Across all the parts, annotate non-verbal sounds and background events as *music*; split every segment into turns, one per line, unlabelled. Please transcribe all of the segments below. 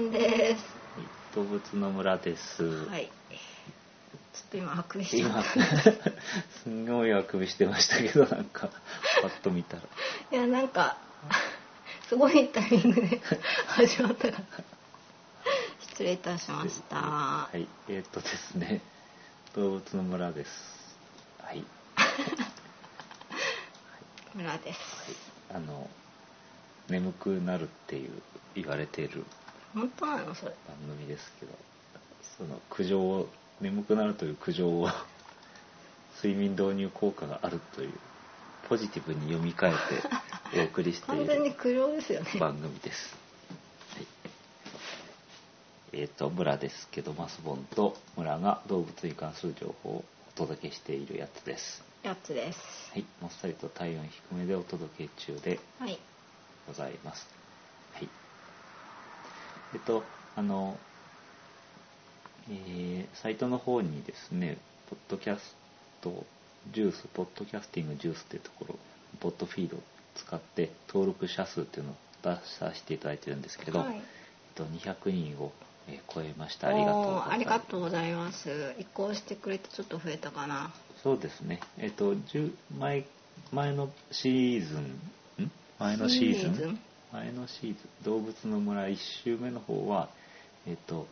んです
動物の村です、
はいちょっと今あくびしちゃ
今
*laughs* っ
すんごいあくびしてましたけどなんかパッと見たら
たいやなんかすごいタイミングで始まったから失礼いたしました
は
はい
えーっとですね動物の村ですはい
村です
あの眠くなるっていう言われている
本当なのそれ
番組ですけどその苦情を眠くなるという苦情を *laughs* 睡眠導入効果があるというポジティブに読み替えてお送りしてい
完全に
る
苦労ですよね
番組です、はいえっ、と村ですけどマスボンと村が動物に関する情報をお届けしているやつです
やつです
はいもっさりと体温低めでお届け中で
はい
ございます。はい。えっと、あの、えーサイトの方にですね、ポッドキャスト、ジュース、ポッドキャスティングジュースっていうところ、ポッドフィードを使って登録者数っていうのを出させていただいてるんですけど、
は
えっ
い
と、200人をえー超えました。ありがとうござい
お
ます。
ーありがとうございます移行してくれてちょっと増えたかな
そうですね。えっと、10前、前のシーズン、ん前のシーズン
シーズン
前のシーズン、動物の村1周目の方は、えっと、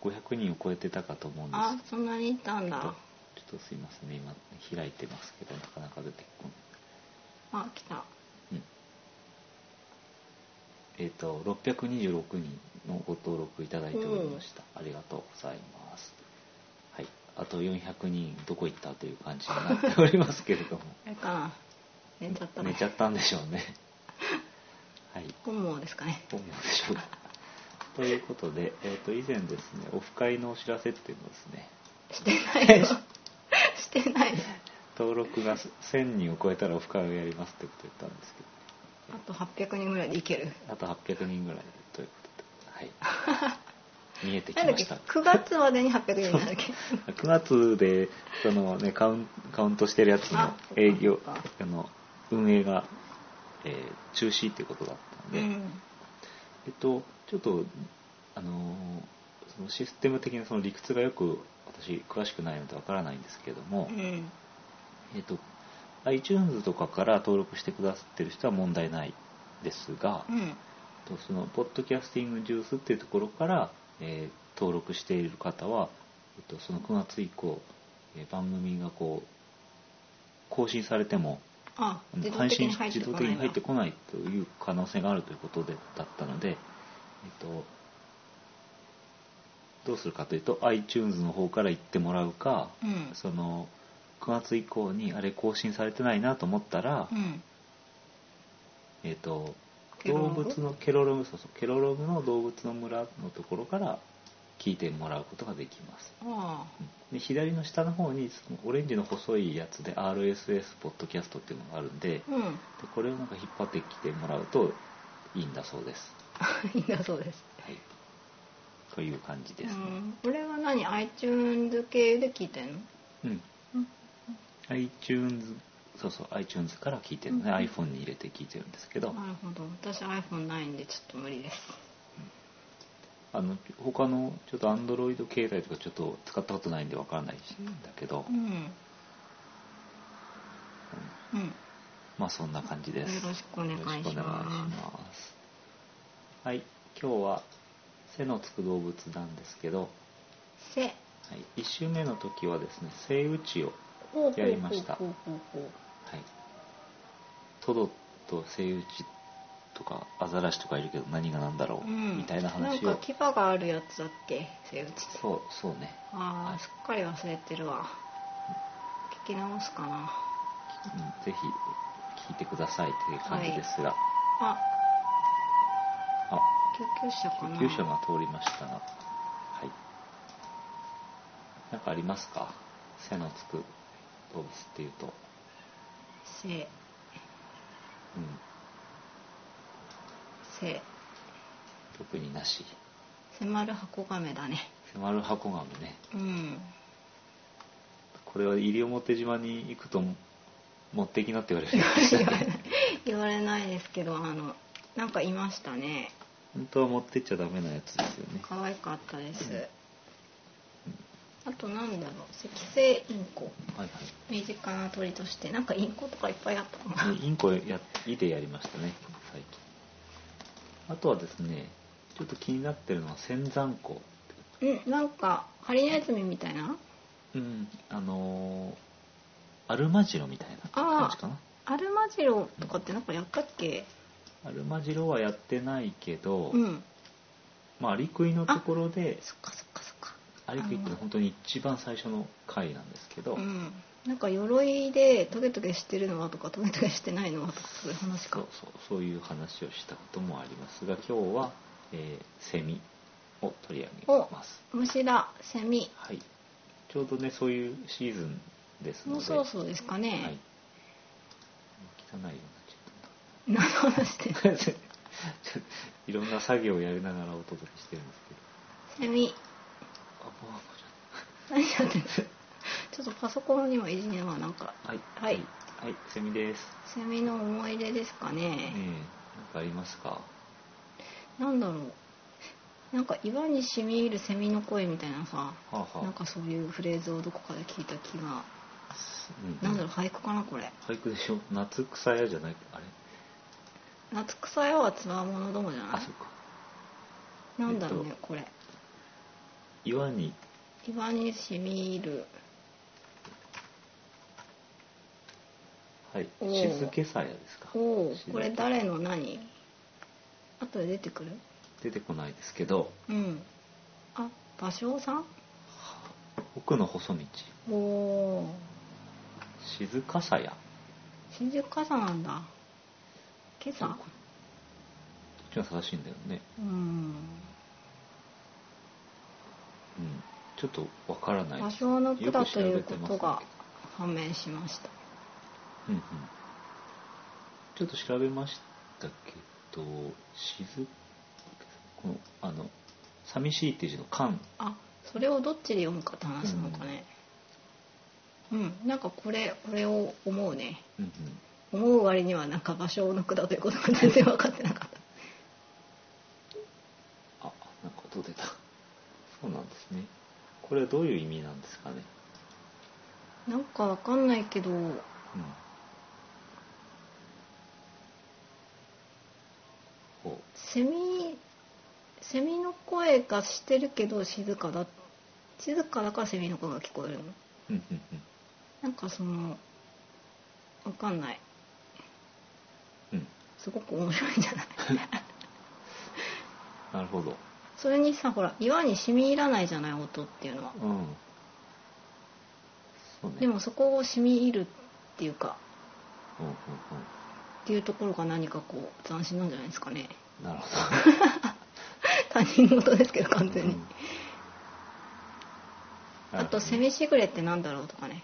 500人を超えてたかと思うんです
あそんなにいたん
けど、ちょ
だ
っとすいませんね、今開いてますけど、なかなか出てこ
あ来た
ない。うんえっと、626人のご登録いただいておりました。ありがとうございます。はい。あと400人、どこ行ったという感じになっておりますけれ
*laughs*
ども。
あれかな寝ちゃったの
寝ちゃったんでしょうねはい
本望ですかね
本望でしょう *laughs* ということで、えー、と以前ですねオフ会のお知らせっていうのをですね
してないよ *laughs* してない
登録が1000人を超えたらオフ会をやりますってことを言ったんですけ
あと800人ぐらいでいける
どあと800人ぐらいということで
*laughs*
はい見えてき
な
ま
んだっけ
した
9月までに800人になるっけ
9月でその、ね、カウンカウントしてるやつの
あそっか
営業
そっ
あ
か
の運営が、えー中止っていうことだったん
う
で、
ん
えっと、ちょっと、あのーそのシステム的なその理屈がよく私、詳しくないのでわからないんですけども
う、ん
えっと、iTunes とかから登録してくださってる人は問題ないですが、
うん
とその、ポッドキャスティングジュースっていうところから、えー登録している方は、えっと、その9月以降、えー番組がこう、更新されても、
あ自動
配
的
信
に入って
自動
こな
的
い
に
んだ
入ってこないという可能性があるということでだったので、えっと、どうするかというと iTunes の方から行ってもらうか、
うん
その9月以降にあれ更新されてないなと思ったら、
うん
えっと
ケロ
動
ログ
物のケロログそうそうケロログの動物の村のところから聞いてもらうことができます
あ
で左の下の方にそのオレンジの細いやつで RSS ポッドキャストっていうのがあるんで
あ、うん
でこれをなんか引っ張ってきてもらうといいんだそうです、
*laughs* いいんだそうです
はい、という感じですね
うんこれは何 iTunes 系で聞いてんの
うん、
うん
iTunes そうそう iTunes から聞いてるのね、
うん
iPhone に入れて聞いてるんですけど、
なるほど私 iPhone ないんでちょっと無理です
あの他のちょっと Android 携帯とかちょっと使ったことないんでわからないんだけど、
う
うん
んうん
まあそんな感じです
よろしくお願いします
よろくお願いしますはい今日は背のつく動物なんですけど、
せ
はい、1周目の時はですねセイウチを
ほうほうほうほうほう
やりました
ほうほうほう
はい、トドとセイウチとかアザラシとかいるけど何が何だろう、
うん
みたいな話
な
を
んか牙があるやつだっけセイウチって
そうそうね
ああすっかり忘れてるわ聞き直すかな
うんぜひ聞いてくださいという感じですが、
あ救急車か
あ
な
救車が通りましたがはい何かありますか背のつく動物っていうとうん
せせ
特になし
迫る箱亀だね
迫る箱ガメね
うん *laughs*
これは西表島に行くと持ってきな
*laughs*
って言われるようでしたね
言われないですけどあのなんかいましたね
本当は持ってっちゃダメなやつですよね
可愛かったです
うんうん。
あとなんだろう、石製インコ。
はい
身近な鳥として、なんかインコとかいっぱいあったか
は
な。
いでインコやいでやりましたね最近あとはですねちょっと気になってるのは仙山湖
うん、なんかハリネズミみたいな。
うんあのーアルマジロみたいな感じかな
アルマジロとかってなんかやったっけ？
アルマジロはやってないけど、
うん。
まあアリクイのところで
そっかそっかそっか。
アリクイっていうのは本当に一番最初の回なんですけど、
うん。なんか鎧でトゲトゲしてるのはとかトゲトゲしてないのはとかそういう話
そ
か
う。そうそういう話をしたこともありますが今日は、えーセミを取り上げます
虫だ、セミ。
はいちょうどねそういうシーズンですの
も
で
うそろそろですかね。
はい、汚いようになっ
何の話
ちゃ
で
った *laughs* ちょっといろんな作業をやりながらお届けしてるんですけど
*laughs* セミ。
あもうもうちょっ
何やってんの *laughs* ちょっとパソコンにもいじりながらなんか
とはい
はい
はい、セミです
セミの思い出ですか
ね
ね、
えなんかありますか
なんだろうなんか岩に染み入るセミの声みたいなさ
はあはあ
なんかそういうフレーズをどこかで聞いた気が
うん
なんだろう俳句かなこれ
俳句でしょ夏草屋じゃないあれ
「夏草よはつわものども」じゃな
あ
い
そっか
なんだろう
えっ
ねこれ
岩に
岩に染み入る
はい
おう
静けさやですか
おお
静け
これ誰の何後で出てくる
出てこないですけど
うんあ芭蕉さん
奥の細道
おお
静かさや
静かさなんだ今
そう
朝
こっちが正しいんだよね
うん
うんちょっとわからない
芭蕉の句だというこ
よく調
と
べてま
が判明しました
うんうんちょっと調べましたけど静このあの寂しいっていう字の「感
あそれをどっちで読むかって話なのかねうん、なんかこれこれを思うね」
うんうん
思う割にはなんか芭蕉の句だということが全然分かってなかった
あなんか音出たそうなんですねこれはどういう意味なんですかね
なんか分かんないけど
うんほ
セミセミの声がしてるけど静かだ静かだからセミの声が聞こえるの
ううんうんうん
なんかその分かんない
うん
すごく面白いんじゃ *laughs* ない
なるほど
それにさほら岩に染み入らないじゃない音っていうのは
うんそうね
でもそこを染み入るっていうか
うんうん
っていうところが何かこう斬新なんじゃないですかね
うんなるほ
*laughs* 他人事ですけど完
ど
全に、
うんな
あ
るほど
と「セミしぐれ」ってなんだろうとかね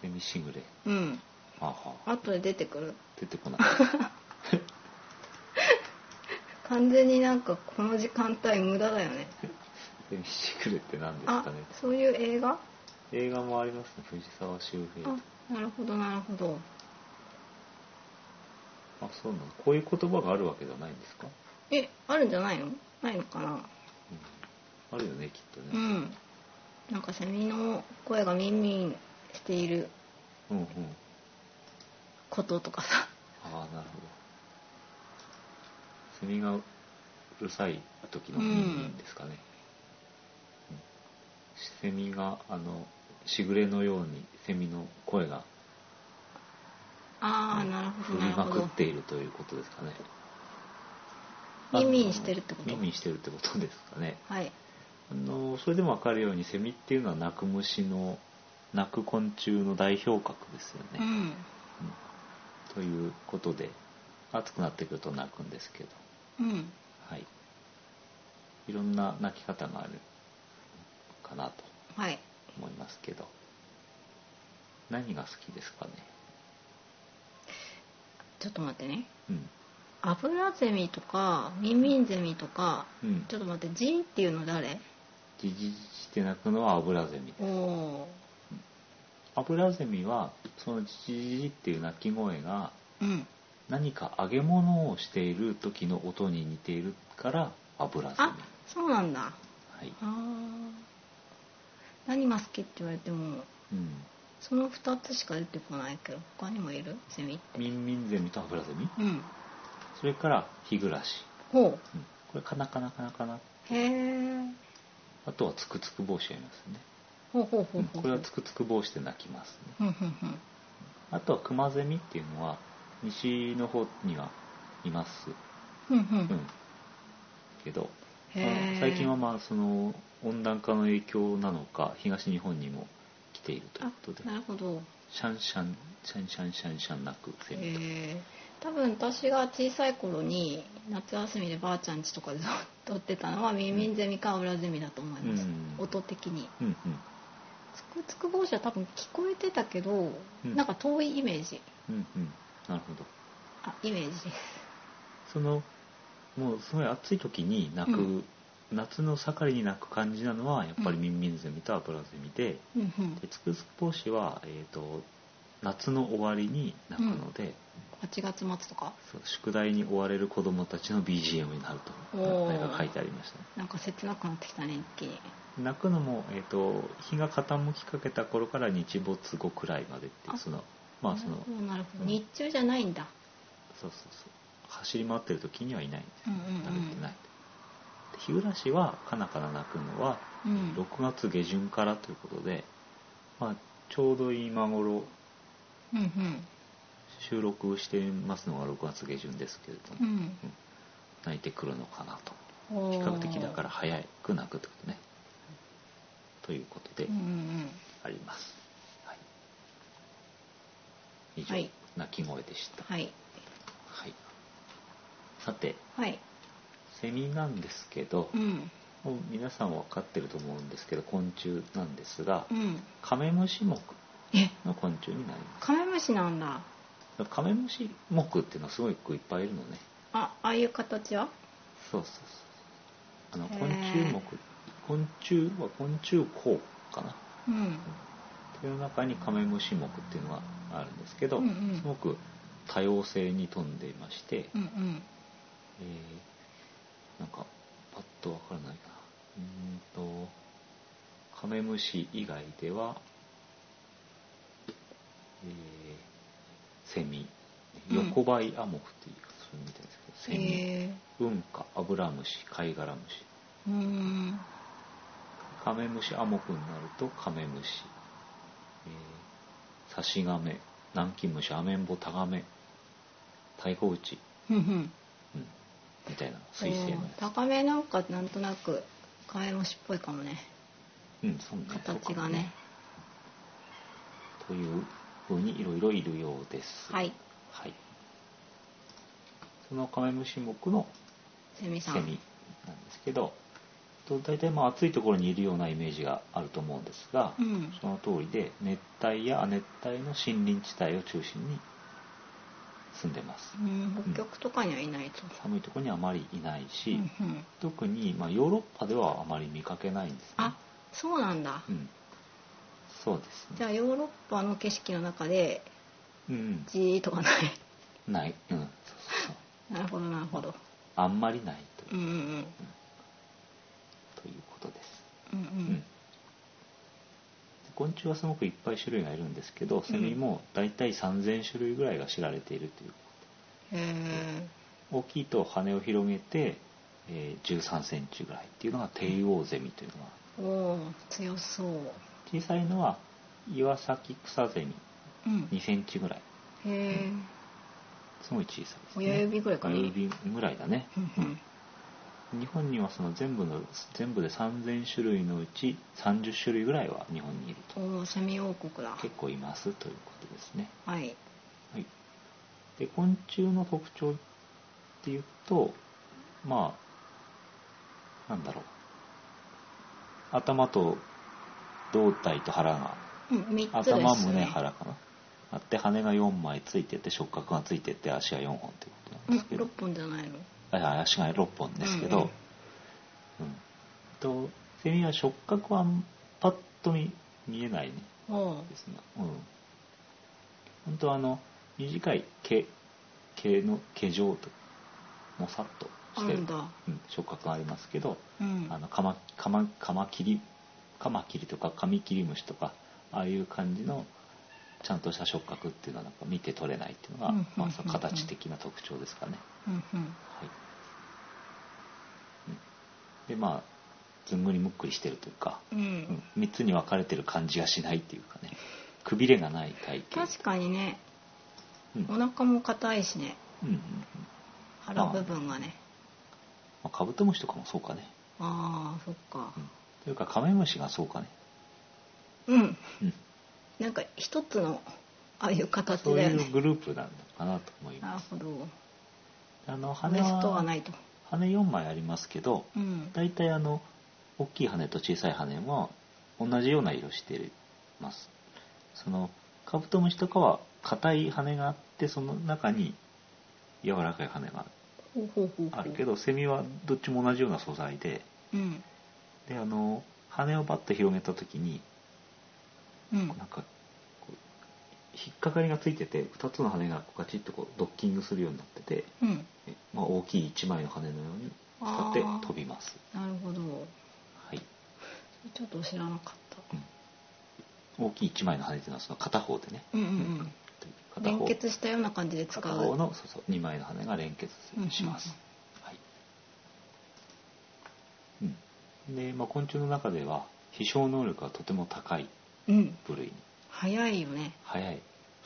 セミしぐれ
うん
はあはあ
後で出てくる *laughs*
出てこないは
完全になんかこの時間帯無駄だよね
セミしぐれって何です
あ
かね
そういう映画
映画もありますね藤沢周平
あなるほどなるほど
あそうなのこういう言葉があるわけじゃないんですか、
えあるんじゃないのないのかな
うん、あるよねきっと
う
ね、
んなんかセミの声がミンミンしている
うん、うん
こととかさ
ああなるほどセミがうるさい時の
うん
ミンミンですかね、うんセミがあのしぐれのようにセミの声が
ああなるほ
踏
どな
み
る
ま
ほ
くっ
ど
ているということですかね
ミンミンしてるってこと
ミンミンしてるってことですかね
はい
あのそれでも分かるようにセミっていうのは鳴く虫の鳴く昆虫の代表格ですよ
う
ね、
ん
うんということで暑くなってくると鳴くんですけど
うん
はいいろんな鳴き方があるかなと
はい
思いますけど何が好きですかね
ちょっと待ってね
うん
アブラゼミとかミンミンゼミとか
うん
ちょっと待ってジーっていうの誰
じじじって鳴くのはアブラゼミ
おお
アブラゼミはそのジジジジっていう鳴き声が
ーうん
何か揚げ物をしている時の音に似ているから油染め
あそうなんだ
はい
あー何が好きって言われても
うん
その2つしか出てこないけど他にもいるセミって
ミンミンゼミと油ゼミ
うん
それから日暮らし、
ほ
うん、これカナカナカナカナ
うへえ
あとはつくつく帽子ありますね、
ほうほうほ
う、
うんほう
これはつくつく帽子で鳴きますね
ふんふんふん
あとはクマゼミっていうのは西の方にはいます、
ふんふん
うん、けど
へー
まあ最近はまあその温暖化の影響なのか東日本にも来ているという
あ
ことで
なるほど
シャンシャンシャンシャンシャンシャン鳴くセミと、
へえ多分私が小さい頃に夏休みでばあちゃん家とかで撮ってたのはミンミンゼミかウラゼミだと思います、
うん
音的に
うん
つくつく帽子は多分聞こえてたけど、
うん
なんか遠いイメージ
うんうんうんなるほど
あイメージです
そのもうすごい暑い時に鳴く、
うん
夏の盛りに鳴く感じなのはやっぱりミンミンゼミとアブラゼミで、
うんうん
でつくづく帽子は、えー、と夏の終わりに鳴くので、
8月末とか
そう宿題に追われる子どもたちの BGM になると
おー
名前が書いてありましたね
なんか切なくなってきたね一気に
泣くのも、えー、と日が傾きかけた頃から日没後くらいまでっていう
あ
そのまあその
なるほどなるほど
うん
日中じゃないんだ
そうそうそう走り回ってる時にはいないんで
うん
すよ慣れてない
うん
で日暮らしはかなかな泣くのは
うんうん
6月下旬からということで、まあ、ちょうど今頃
うんうん
収録してますのが6月下旬ですけれども、
うん
泣いてくるのかなと
お
比
ー
較的だから早く泣くってことねということで
うんうん
あります、はい、以上、
はい
泣き声でした、はい
はい
さて
はい
セミなんですけど
う、ん
もう皆さん分かってると思うんですけど昆虫なんですが、
うん
カメムシ目
え
の昆虫になりま
カメムシなんだ
すカメムシ目っていうのはすごいいっぱいいるのね
あああいう形は
そうそうそうあの
へー
昆虫目昆虫は昆虫綱かな
うん
その中にカメムシ目っていうのがあるんですけど、
うんうん
すごく多様性に富んでいまして、
うんうん
えーなんかパッとわからないかなうーんとカメムシ以外では、えーセミ
うん
横ばいアモフっていうそれみたいですけどセミ、
へえ
ウンカアブラムシカイガラムシ
うーん
カメムシアモクになるとカメムシ、えーサシガメ南京虫アメンボタガメタイゴウチ、
うんうん
うん、みたいな水生のやつ
高めなんかなんとなくカメムシっぽいかもね
うんそうね
形がね
そうかもねというふうにいろいろいるようです
はい、
はいそのカメムシ目の
セミ
セ
さん
ミなんですけど、と大体まあ暑いところにいるようなイメージがあると思うんですが、
うん
その通りで熱帯や亜熱帯の森林地帯を中心に住んでます
うん北極とかにはいないと
寒いところにはあまりいないし、
うんうん
特にまあヨーロッパではあまり見かけないんですね
あそうなんだ
うん、そうです
じ
ね
ゃあヨーロッパの景色の中で
うん
じーっとかない *laughs*
うんないうんそうそうそう
なるほどなるほど
あんまりないと
うんうん
ということです
うんう
うんん昆虫はすごくいっぱい種類がいるんですけどセミも大体3000種類ぐらいが知られているという
うんへ
大きいと羽を広げて、え1 3センチぐらいっていうのが帝王ゼミというのが
えおー強そう
小さいのは岩崎草ゼミ
うん
2センチぐらい
へえ
すごい小さいですね
親指ぐらいかな
親指ぐらいだね、
うんうん
日本にはその全部の全部で3000種類のうち30種類ぐらいは日本にいると
おーセミ王国だ
結構いますということですね
はい
はい、で昆虫の特徴っていうとまあなんだろう頭と胴体と腹が
うん3つですね
頭胸腹かなあって羽が4枚ついてて触覚がついてて足が4本ってことなん
うん
ですけど
6、本じゃないの
あ足が6本ですけど、
う
うんん
うん
とセミは触覚はパッと見見えないね
おー
ですね。うん。本当はあの短い毛毛の毛状ともさっとして
あるんだ
うん、触覚がありますけど、
うん
あのカマカマカマキリカマキリとかカミキリムシとかああいう感じのちゃんとした触覚っていうのはなんか見て取れないっていうのが、
うんうんうんうん
まあ、その形的な特徴ですかね。
うんうん
はいうんでまあずんぐりむっくりしてるというか、
う
うんん、3つに分かれてる感じがしないっていうかねくびれがない体型
確かにね
うん
お腹も硬いしね
うんうんうん
腹部分がね
まあ、カブトムシとかもそうかね、
ああそっか
うん、というかカメムシがそうかね、
うん
うん、
なんか一つのああいう形
そう
だよ
いう
ね
グループなのかなと思い
な
ま
る
す
ほど
あの
ウ
羽
エストが
は
ないと
羽4枚ありますけど
うん
大体あの大きい羽と小さい羽は同じような色してますそのカブトムシとかは硬い羽があってその中に柔らかい羽が
ほうほうほうほう
あるけどセミはどっちも同じような素材で
うん
であの羽をバッと広げた時に
うん
なんかこう引っかかりがついてて2つの羽がこうガチッとこうドッキングするようになってて、
うん
えまあ、大きい1枚の羽のように使って
あー
飛びます
なるほど
はい、
ちょっと知らなかった
うん、大きい1枚の羽っていうのはその片方でね
うんうんうん
片
連
方
結したような感じで使
片方
う
のそうそう2枚の羽が連結します、はいうん、で、まあ、昆虫の中では飛翔能力がとても高い
うん
部類に
早いよね
速い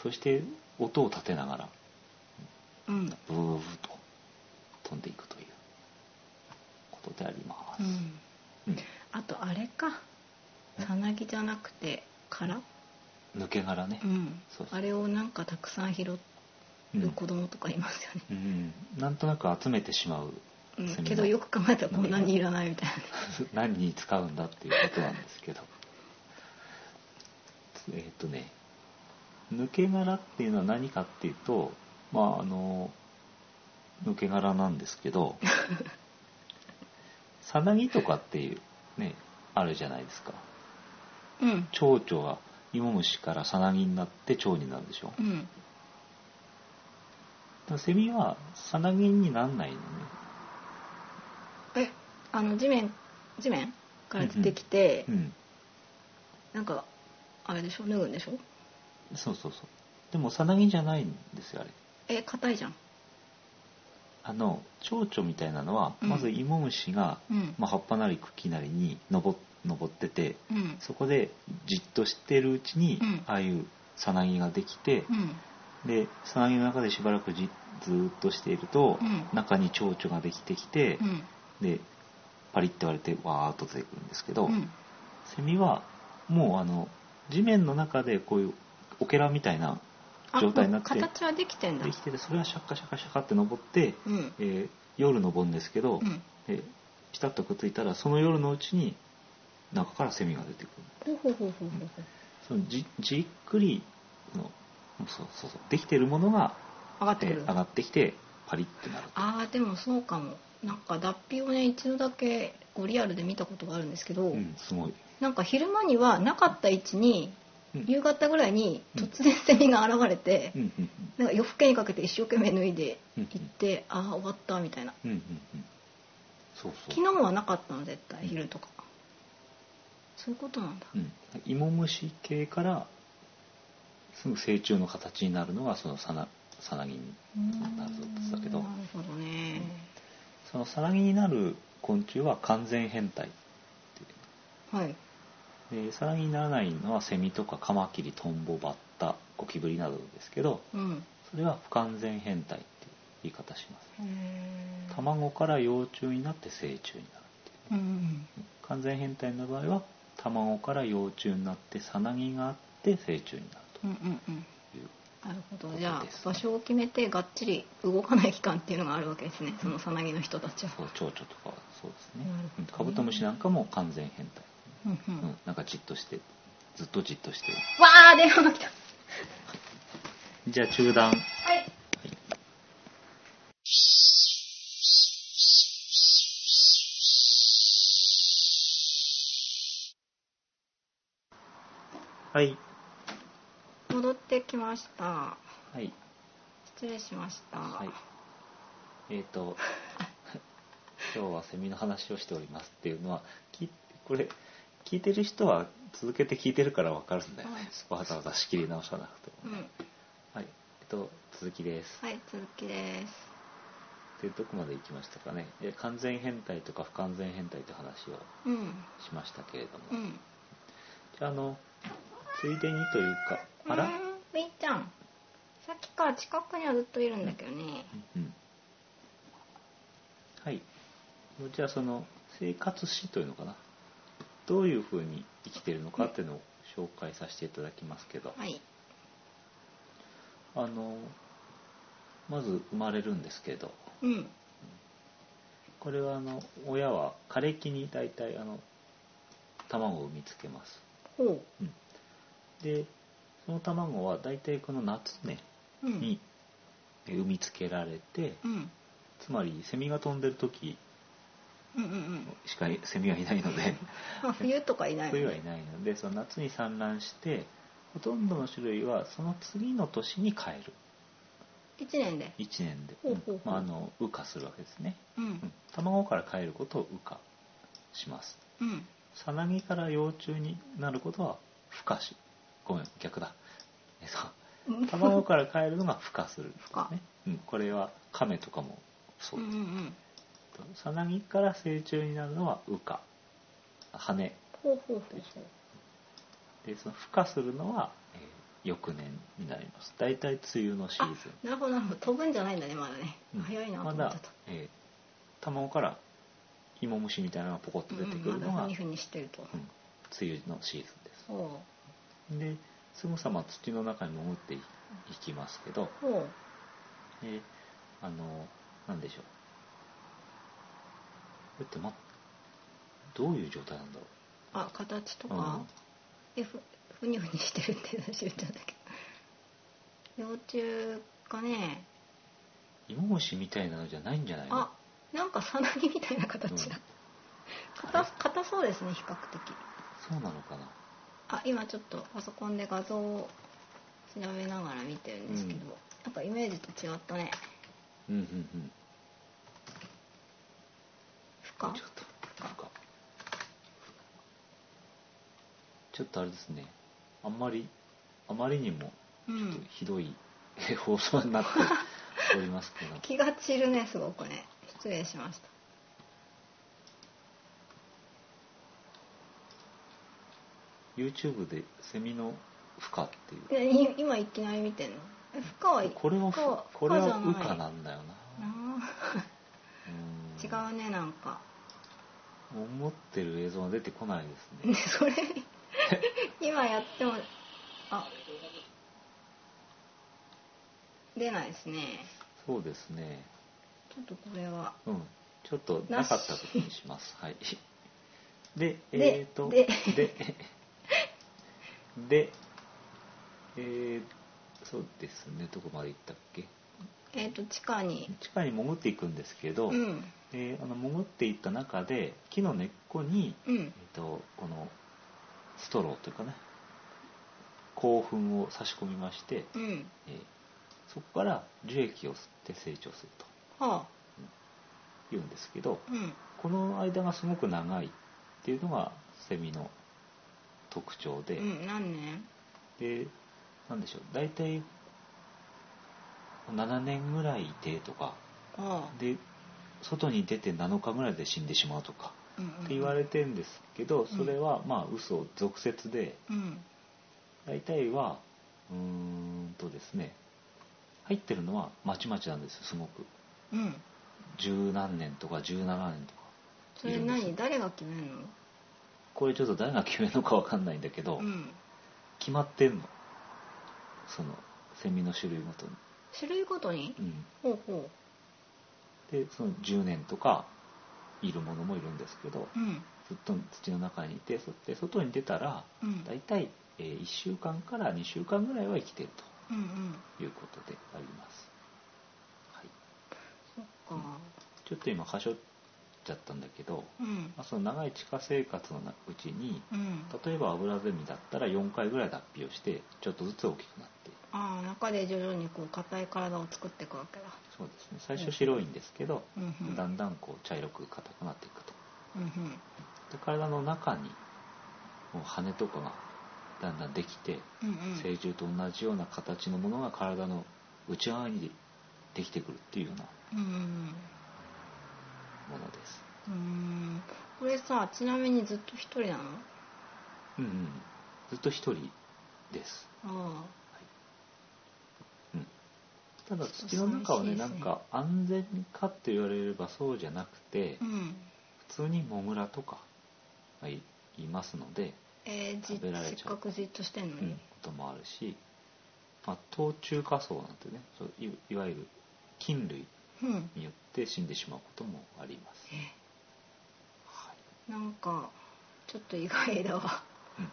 そして音を立てながら
うん
ブーブーブーと飛んでいくということであります、
うん
うん
あとあれかさなぎじゃなくて殻
抜け殻ね
う、ん
そうそう
あれをなんかたくさん拾
うん
う子供とかいますよね
うんなんとなく集めてしまう
うん
セミの
けどよく考えたらこんなにいらないみたいなね
*laughs* 何に使うんだっていうことなんですけどえーっ、とね抜け殻っていうのは何かっていうとまああの抜け殻なんですけどさなぎとかっていうねあるじゃないですか
うん
蝶々は芋虫からさなぎになって蝶になるでしょ
うん
でもセミはさなぎになんないのね
えあの地面地面から出てきて、
うん
なんかあれでしょ脱ぐんでしょ
そうそうそうでもさなぎじゃないんですよあれ
え硬いじゃん
あの蝶々みたいなのは、
うん
まず芋虫が、
うん、
まあ、葉っぱなり茎なりに登登ってて
うん
そこでじっとしてるうちに、
うん
ああいうさなぎができて
う、ん
でさなぎの中でしばらくじずーっとしていると、
うん
中に蝶々ができてきて、
うん
でパリッて割れてわーっと出てくるんですけど、
うん
セミはもうあの地面の中でこういうオケラみたいな
あ
状態になって
もう形はできてんだ
できててそれはシャカシャカシャカって登って、
うん
えー夜登るんですけど、
うん
でピタッとくっついたらその夜のうちに中からセミが出てくる
ほうほうほうほうほうほう
そのじじっくりそのそうそうそうできてるものが、
上がってく
えー
る
上がってきてパリッてなる
あーでもそうかもなんか脱皮をね一度だけこうリアルで見たことがあるんですけど、
うんすごい、
なんか昼間にはなかった位置に
うん
夕方ぐらいに
うん
突然セミが現れて、
うんうん
なんか夜更けにかけて一生懸命脱いで
うん
行って、ああ終わったみたいな
うんうんうんうんそうそう
昨日はなかったの絶対
うん
昼とか、そういうことなんだ
うん、芋虫系からすぐ成虫の形になるのがそのさなさなぎになるそうだけど
なるほどね
そのさなぎになる昆虫は完全変態
はい
でさらにならないのはセミとかカマキリトンボバッタゴキブリなどですけど
うん
それは不完全変態っていう言い方します
へー
卵から幼虫になって成虫になるっていう
うんうん
完全変態の場合は卵から幼虫になってさなぎがあって成虫になる
うんうんうん
という
なるほ
こ
ど
と
じゃあ
です
場所を決めてがっちり動かない期間っていうのがあるわけですねそのさなぎの人たちは
そう蝶々とかはそうですね
なる
う
ほどね
んカブトムシなんかも完全変態、
うんうん、
うんなんかじっとしてずっとじっとして
わあ電話が来た
じゃあ中断
はい
はい
戻ってきました
はい
ち失礼しました。
はい。えっ、
*laughs*
と、今日はセミの話をしておりますっていうのは、きこれ、聞いてる人は続けて聞いてるからわかるんだよね。わざわざ仕切り直さなくて
う
も。は
ん。
い。えっと、続きです。
はい、続きです。
で、どこまで行きましたかね。え完全変態とか不完全変態って話を
うん。
しましたけれども。
うん。
じゃあ、あの、ついでにというか、あら、
うーんみーちゃん。さっきから近くにはずっといるんだけどね。
うんはい。じゃあその生活史というのかな。どういうふうに生きてるのかっていうのを紹介させていただきますけど、
はい。
あのまず生まれるんですけど、
うん。
これはあの親は枯れ木に大体あの卵を産みつけます。
ほ
うんで、その卵は大体この夏ね
う。うん。
に産みつけられて、
うん。
つまりセミが飛んでる時
うんうんうん。
しかセミはいないので。
まあ、冬とかいないよね
冬はいないのでその夏に産卵してほとんどの種類はその次の年に変える
一年で。
1年で、
ほうほうほう
うんまあ、あの羽化するわけですね、
う
うん
ん。
卵から変えることを羽化します
うん。
さなぎから幼虫になることは孵化しごめん逆だえ
*laughs*
そう
うん
卵から変えるのが孵化する、ね、
孵化
うん、これは亀とかもそううん
う
で
んうん。
すさなぎから成虫になるのは羽化羽
ほうほうほうほう。
でその孵化するのは、えー翌年になります大体梅雨のシーズ
なるほどなるほど飛ぶんじゃないんだねまだね、
ン、うん
早いなと
ま
思っ
だ
てた、
えー卵から芋虫みたいなのがポコッと出てくるの
うんうんまだ
が、
ふにふにしてると、
うん梅雨のシーズ
ほ
ンですですぐさま土の中に潜っていいきますけど、
うほ
えーあのなんでしょうこれって、ま、どういう状態なんだろ
うあ形と
う、
か、えふふにふにしてるって私言っちゃったけど幼虫かね
うん、芋虫みたいなのじゃないんじゃないの
あなんかさなぎみたいな形だ、
あ
硬
れ
硬そうですね比較的
そうなのかな
あ今ちょっとパソコンで画像を調べながら見てるんですけど、
うん
なんかイメージと違ったね
うんうんうん
ふか
ちょっとなんかちょっとあれですねあんまりあまりにも
う
ちょっと
ん
ひどい放送になっております
*laughs*
けど、
気が散るねすごくね失礼しました
YouTube でセミの孵化っていう
でい今いきなり見てんのえ負荷はい
これは
そう
ふこれは
そ
羽
うじゃない
化なんだよな
なあ違うねなんか *laughs*
うーん思ってる映像が出てこないです
で *laughs*
ね
それ今やってもあ出ないですね
そうですね
ちょっとこれは
うんちょっとなかったことにしますはいで
で
えっ、と
で
ででえーそうですねどこまで行ったっけ
えっ、と地下に
地下に潜っていくんですけど、
うん
であの潜っていった中で木の根っこに、
う
え
ん
ー、とこのストローというかね興奮を差し込みまして、
うん
えーそこから樹液を吸って成長する
はあ
というんですけど
うん
この間がすごく長いっていうのがセミの特徴で。
うん何年
でなんでしょう大体7年ぐらいいてとか
はあ
で外に出て7日ぐらいで死んでしまうとか
うん
って言われてんですけどそれはまあ嘘俗説で
うん
大体はうーんとですね入ってるのはまちまちなんですよすごく
うん
十何年とか17年とか
それ
いるん
何
です
誰が決めるの
これちょっと誰が決めるのかわかんないんだけど
うん
決まってんのそのセミの種類ごとに。
種類ごとに
うん
ほうほ
でその10年とかいるものもいるんですけど
ううん
ずっと土の中にいてそで外に出たら
うん
大体えー1週間から2週間ぐらいは生きてる
うんうん
ということであります、はい、
そっか
ちょっと今はしょっちゃったんだけど、
うん
まあ、その長い地下生活のうちに
うん
例えばアブラゼミだったら4回ぐらい脱皮をしてちょっとずつ大きくなって
ああ中で徐々にこう硬い体を作っていくわけだ
そうですね最初白いんですけど、
うんうん
だんだんこう茶色く硬くなっていくと
うんうん
で体の中にもう羽とかがだんだんできて
うんうん
成獣と同じような形のものが体の内側にできてくるっていうような
うんうん
ものです
うんうんこれさちなみにずっと一人なの
うんうんずっと一人です、
あ
はいうん、ただ土の中はね
ちょ
な
っ
ん
と寂しいですね
か安全かって言われればそうじゃなくて
あうん
普通にモグラとかがいいますので、
えー、じ
食べられちゃ
せ
う
っかくじっとしてんの
うん
に、
こともあるし、まあ、冬虫夏草なんてねそういいわゆる菌類
うん、
によって死んでしまうこともあります、
え
はい
なんかちょっと意外だわ
うん、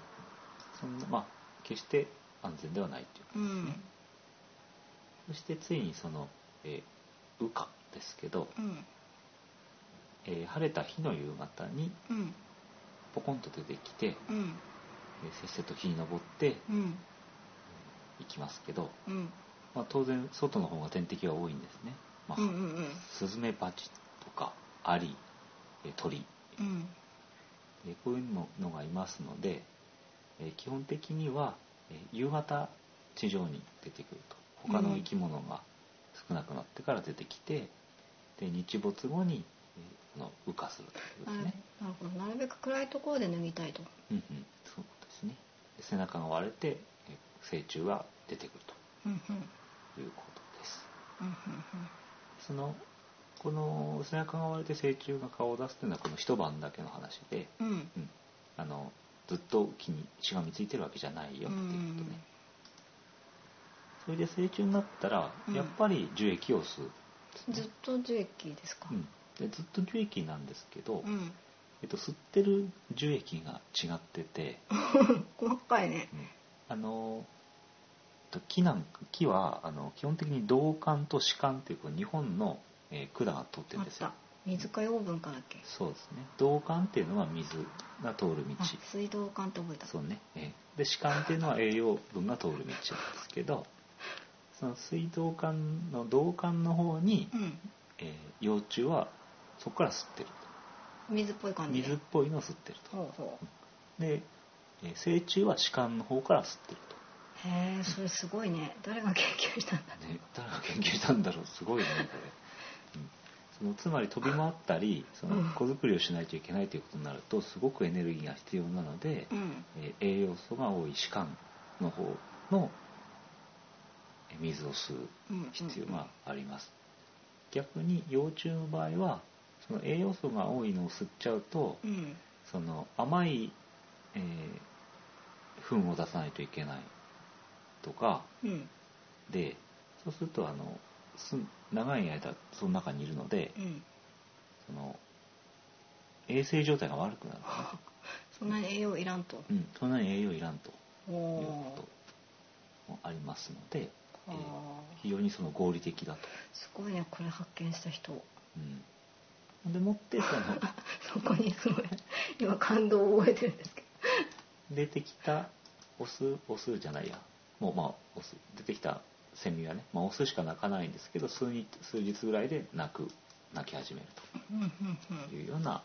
そんなまあ決して安全ではないという
うん
そしてついにその、えー羽化ですけど、
うん
えー晴れた日の夕方に
うん
ポコンと出てきて、え
うん
ーせっせと木に登って
うん
いきますけど、
うん
まあ、当然外の方が天敵が多いんですね、まあ
うんうんうん
スズメバチとかアリ、えー鳥、
うん
えーこういうののがいますので、えー基本的には、えー夕方地上に出てくると他の生き物が少なくなってから出てきて、で日没後に、えーこの羽化するということですね、
なるほどなるべく暗いところで脱ぎたいと
うんうん、そうですねで背中が割れて、えー成虫が出てくる
うんうん
ということです
うんうん
そのこの背中が割れて成虫が顔を出すというのはこの一晩だけの話で、
うんうん
うん、あのずっと木にしがみついてるわけじゃないよっていうことね、それで成虫になったら
うん
やっぱり樹液を吸う、
うんずっと樹液ですか
うんでずっと樹液なんですけど、
うん
えっと、吸ってる樹液が違ってて、
細かいね
うんあのえっと木なんか木はあの基本的に銅管と歯管っていうこう日本の、えー管が通ってる
あ
ん
っ
ですよ
た水か養分かだっけ
そうですね銅管っていうのは水が通る道
あ水道管って覚えた
そうね、えーで歯間っていうの *laughs* は栄養分が通る道なんですけどその水道管の導管の方に、
うん
えー幼虫はそこから吸ってる
水っぽい感じで
水っぽいのを吸ってると
ほうほう
で、えー成虫は歯間の方から吸ってる
へえそれすごいね誰が研究したんだ
と、ね、誰が研究したんだろうすごいねこ
*laughs*
れ、うん、そのつまり飛び回ったりその
うん
子作りをしないといけないということになるとすごくエネルギーが必要なので、
うん
えー栄養素が多い歯間の方のえー水を吸う
うん
必要があります、逆に幼虫の場合はその栄養素が多いのを吸っちゃうと、
うん
その甘い、えー、糞を出さないといけないとか
うん
でそうするとあのす長い間その中にいるので
うん
その衛生状態が悪く
*laughs*
なる、
そんなに栄養いらんと
うん、そんなに栄養いらんと
お
いう
お
こともありますので、え
ー
ー
あー
非常にその合理的だと、
すごいねこれ発見した人
うん、でもってその
そこにすごい今感動を覚えてるんですけど
出てきたオスオスじゃないやもうまあオス出てきたセミはね、まあ、オスしか鳴かないんですけど数日数日ぐらいで鳴く鳴き始める
うんうん
というような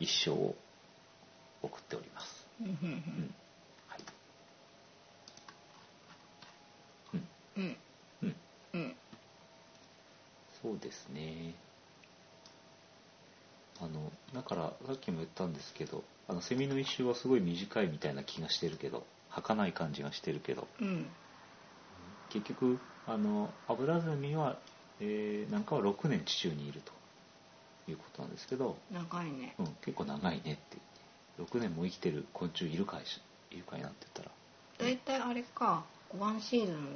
一生を送っております、
うんうんう
うん
ん
はい
うん
うんうん、
うん
そうですねあのだからさっきも言ったんですけどあのセミの一周はすごい短いみたいな気がしてるけど儚い感じがしてるけど
うん
結局あのアブラゼミは、えーなんかは6年地中にいるということなんですけど、
長いね
うん、結構長いねって6年も生きてる昆虫いるかいしいるかいなんて言ったら
だいたいあれかワンシーズンの
うんう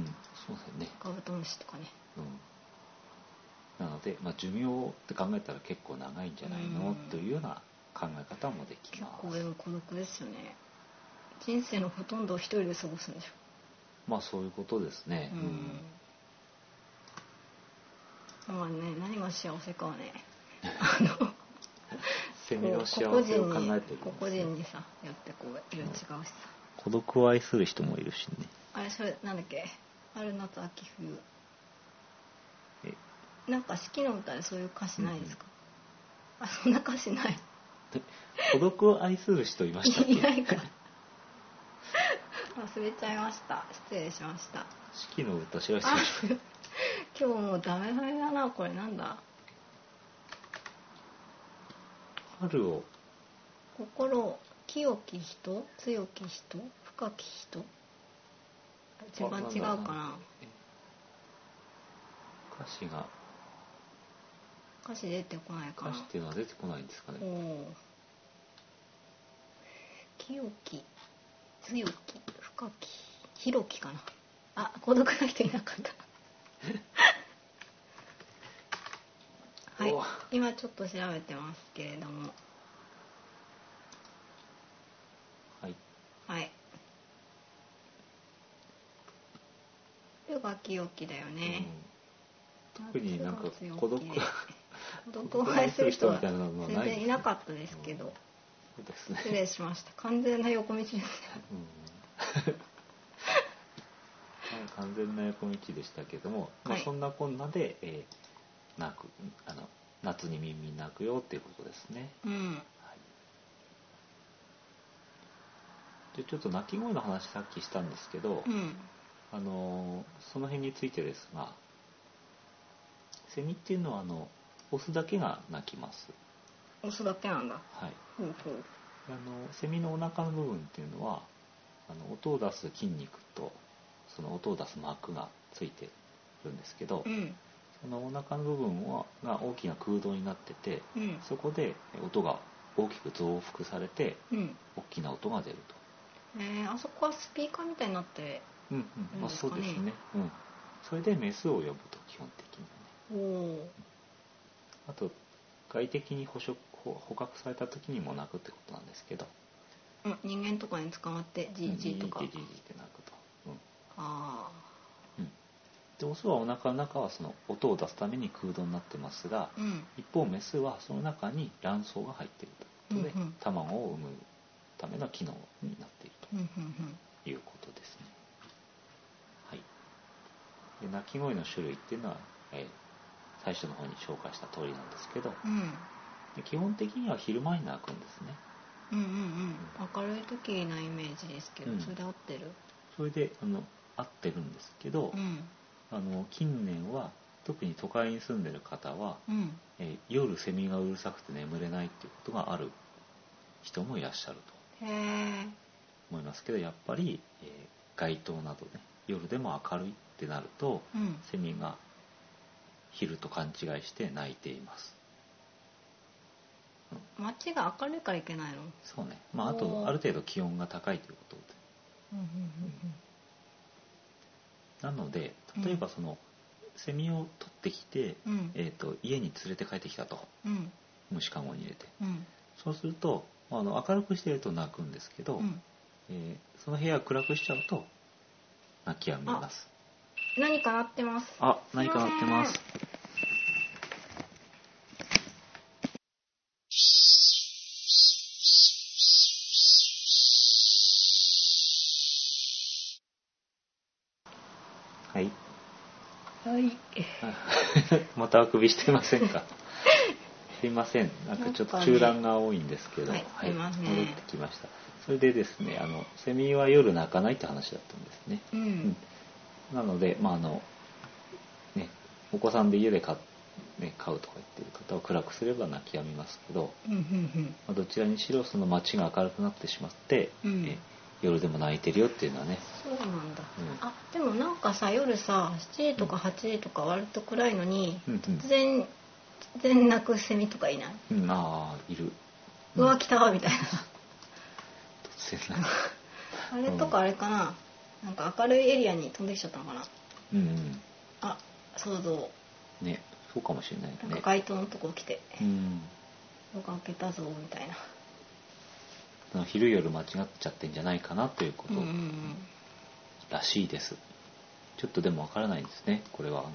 んそうだよね
カブトムシとかね
うん、なので、まあ、寿命って考えたら結構長いんじゃないの、
うん
というような考え方もでき
結
ま
構
す
でも孤独ですよね人生のほとんどを一人で過ごすんでし
まあそういうことです
ょ
ね、
うんまあね何が幸せかはね
セミの幸せを考えてるんですね
こう個々人にさやってこう色違うしさ、
孤独を愛する人もいるしね
あれそれなんだっけ春夏秋冬
え
なんか四季の歌でそういう歌詞ないですか、あそんな歌詞ない
孤独を愛する人いましたっけ
*laughs* いないか忘れちゃいました失礼しました
四季の歌知らせて
あ *laughs* 今日もうダメダメだなこれなんだ
春を
心清き人強き人深き人一番違うかな
歌詞が
歌詞出てこないか
歌
な
詞っていうのは出てこないんですか
お
ね
お清き強き深き広きかなあ孤独な人いなかった
*laughs*
はい
おー
今ちょっと調べてますけれども
はい
はい冬が清きだよね、
うん特になんか
夏が強気
孤独 *laughs*
孤独を愛する人は
孤独を愛する人みたいなのは
全
ない
然いなかったですけど
そうですね
失礼しました完全な横道ですね
うん完全な横道でしたけども、まあ
はい
そんなこんなで、えー泣くあの夏に耳泣くよっていうことですね、
うん
はい、でちょっと泣き声の話さっきしたんですけど、
うん
あのーその辺についてですがセミっていうのはあのオスだけが鳴きます、
オスだけなんだ
はい、
ほうほう
あのセミのお腹の部分っていうのはあの音を出す筋肉とその音を出す膜がついてるんですけど、
うん
そのお腹の部分はが大きな空洞になってて
うん
そこで音が大きく増幅されて
うん
大きな音が出ると、
えーあそこはスピーカーみたいになって
うんうんまあ、そうですね、うん、それでメスを呼ぶと基本的にはね
おお
あと外敵に捕食捕捕獲された時にも鳴くってことなんですけど
ー、うん、人間とかに捕まってジージーとか
ジージーって鳴くと、うん、
あ
でオスはお腹の中はその音を出すために空洞になってますが
あうん
一方メスはその中に卵巣が入っているということで、
うんうん
卵を産むための機能になっている
うんうん
ということですねはいで鳴き声の種類っていうのは、えー最初の方に紹介した通りなんですけど
うんうん
で基本的には昼間に鳴くんですね
うんうんうん明るい時なイメージですけど、
うん
それで合ってる
それであの合ってるんですけど、
うん
あの近年は特に都会に住んでる方は
うん
えー夜セミがうるさくて眠れないっていうことがある人もいらっしゃると
へえ
思いますけどやっぱり、えー街灯などね夜でも明るいってなると
うん
セミが昼と勘違いして鳴いています
街が明るいからいけないの
そうねまああ
お
と
ー
ある程度気温が高いということで
うんうん
なので例えばその、セミを取ってきて、
うんうん
えー、と家に連れて帰ってきたと
うん
虫かごに入れて
うん
そうするとあの明るくしてると鳴くんですけど、
うん
えーその部屋を暗くしちゃうと泣きやみます
何か鳴ってます
あ何か鳴ってます *laughs* はい
はい
あまたあくびしてません *laughs* かすいませんなんかちょっと
なんかね
中断が多いんですけど、
はいすいません
戻ってきましたそれでですねあのセミは夜鳴かないって話だったんですね
うん、
うんなので、まああのね、お子さんで家で買,、ね、買うとか言ってる方は暗くすれば泣き止みますけど、
うんうん
まあどちらにしろその街が明るくなってしまって、
うん
え夜でも泣いてるよっていうのはね、
そうなんだ、
うん
あでもなんかさ夜さ7時とか8時とか割と暗いのに、
うん
突然突然鳴くセミとかいない、
うんうん、ああいる
うわ来たわみたいな
突 *laughs* 然泣く、
あれとかあれかな、なんか明るいエリアに飛んできちゃったのかな
うん
あ想像
うん、ねそうかもしれない
なんか
ね
街灯のとこ来て
うん
「夜が明けたぞ」みたいな
あの昼夜間違っちゃってんじゃないかなというこ
う
と
んうんうん
らしいです、ちょっとでもわからないですねこれはあの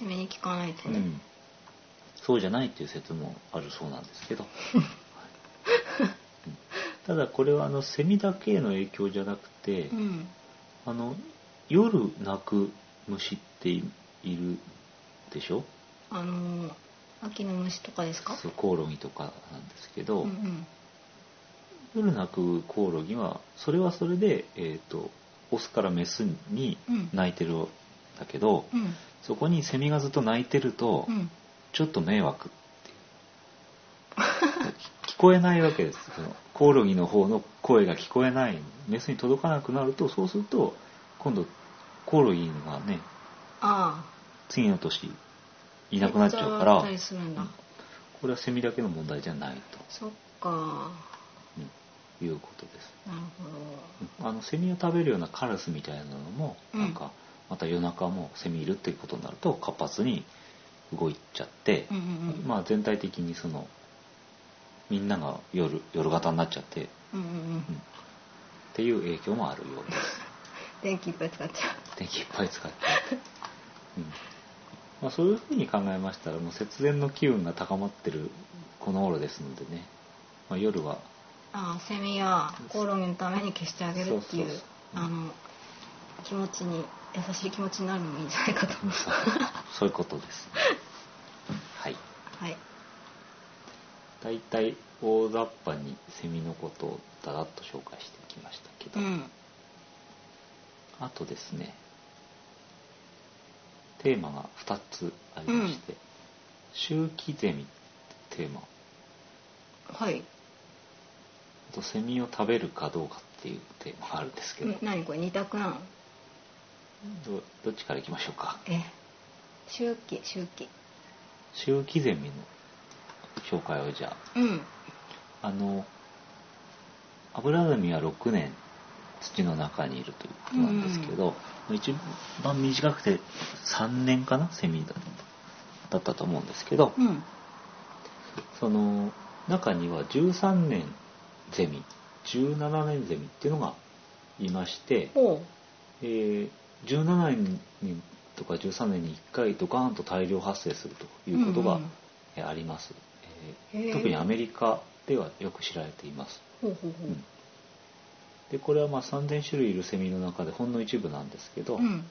攻めに聞かないと
う
ね、
ん、 *laughs* そうじゃないっていう説もあるそうなんですけど、はいただこれはあのセミだけへの影響じゃなくて、
うん
あの夜鳴く虫っていいるでしょ
あのー秋の虫とかですか
そうコオロギとかなんですけど、
うんうん
夜鳴くコオロギはそれはそれで、えー、とオスからメスに
うん
鳴いてるんだけど、
うん
そこにセミがずっと鳴いてると、
うん
ちょっと迷惑っていう聞こえないわけですそのコオロギの方の声が聞こえないメスに届かなくなるとそうすると今度コオロギがね
ああ
次の年いなくなっちゃうから
たりするんだ
これはセミだけの問題じゃない
そっか
ということです
なる
あのセミを食べるようなカラスみたいなのも、
うん
なんかまた夜中もセミいるっていうことになると活発に動いちゃって
ほどう、んうんうん
まあ、全体的にそのみんなが夜夜型になっちゃってっ
うんうんうん
ていう影響もあるようです
電気いっぱい使っちゃ
電気いっぱい使
*laughs*
って、うんまあ、そういうふうに考えましたらもう節電の機運が高まってるこの頃ですのでね、まあ、夜は
うああセミはコオロギのために消してあげるっていう
そうそうそううん
あの気持ちに優しい気持ちになるのもいいんじゃないかと *laughs*
うんそうそういうことですはい
はい
大体大雑把にセミのことをだらっと紹介してきましたけど、
うん
あとですねテーマが2つありまして「周期ゼミ」ってテーマ
はい
あとセミを食べるかどうかっていうテーマがあるんですけど、
ん何これ二択なの
どどっちからいきましょうか
え周期周期
周期ゼミの紹介をじゃ
うん
ああのアブラゼミは6年土の中にいるということなんですけど、一番短くて3年かなセミだだったと思うんですけど、
うん
その中には13年ゼミ17年ゼミっていうのがいまして、
おう
えー17年とか13年に1回ドカーンと大量発生するということが
うんうん
えーあります、え
へ
ー
ー
特にアメリカではよく知られています
ほうほうほう
でこれはまあ3000種類いるセミの中でほんの一部なんですけど、
うん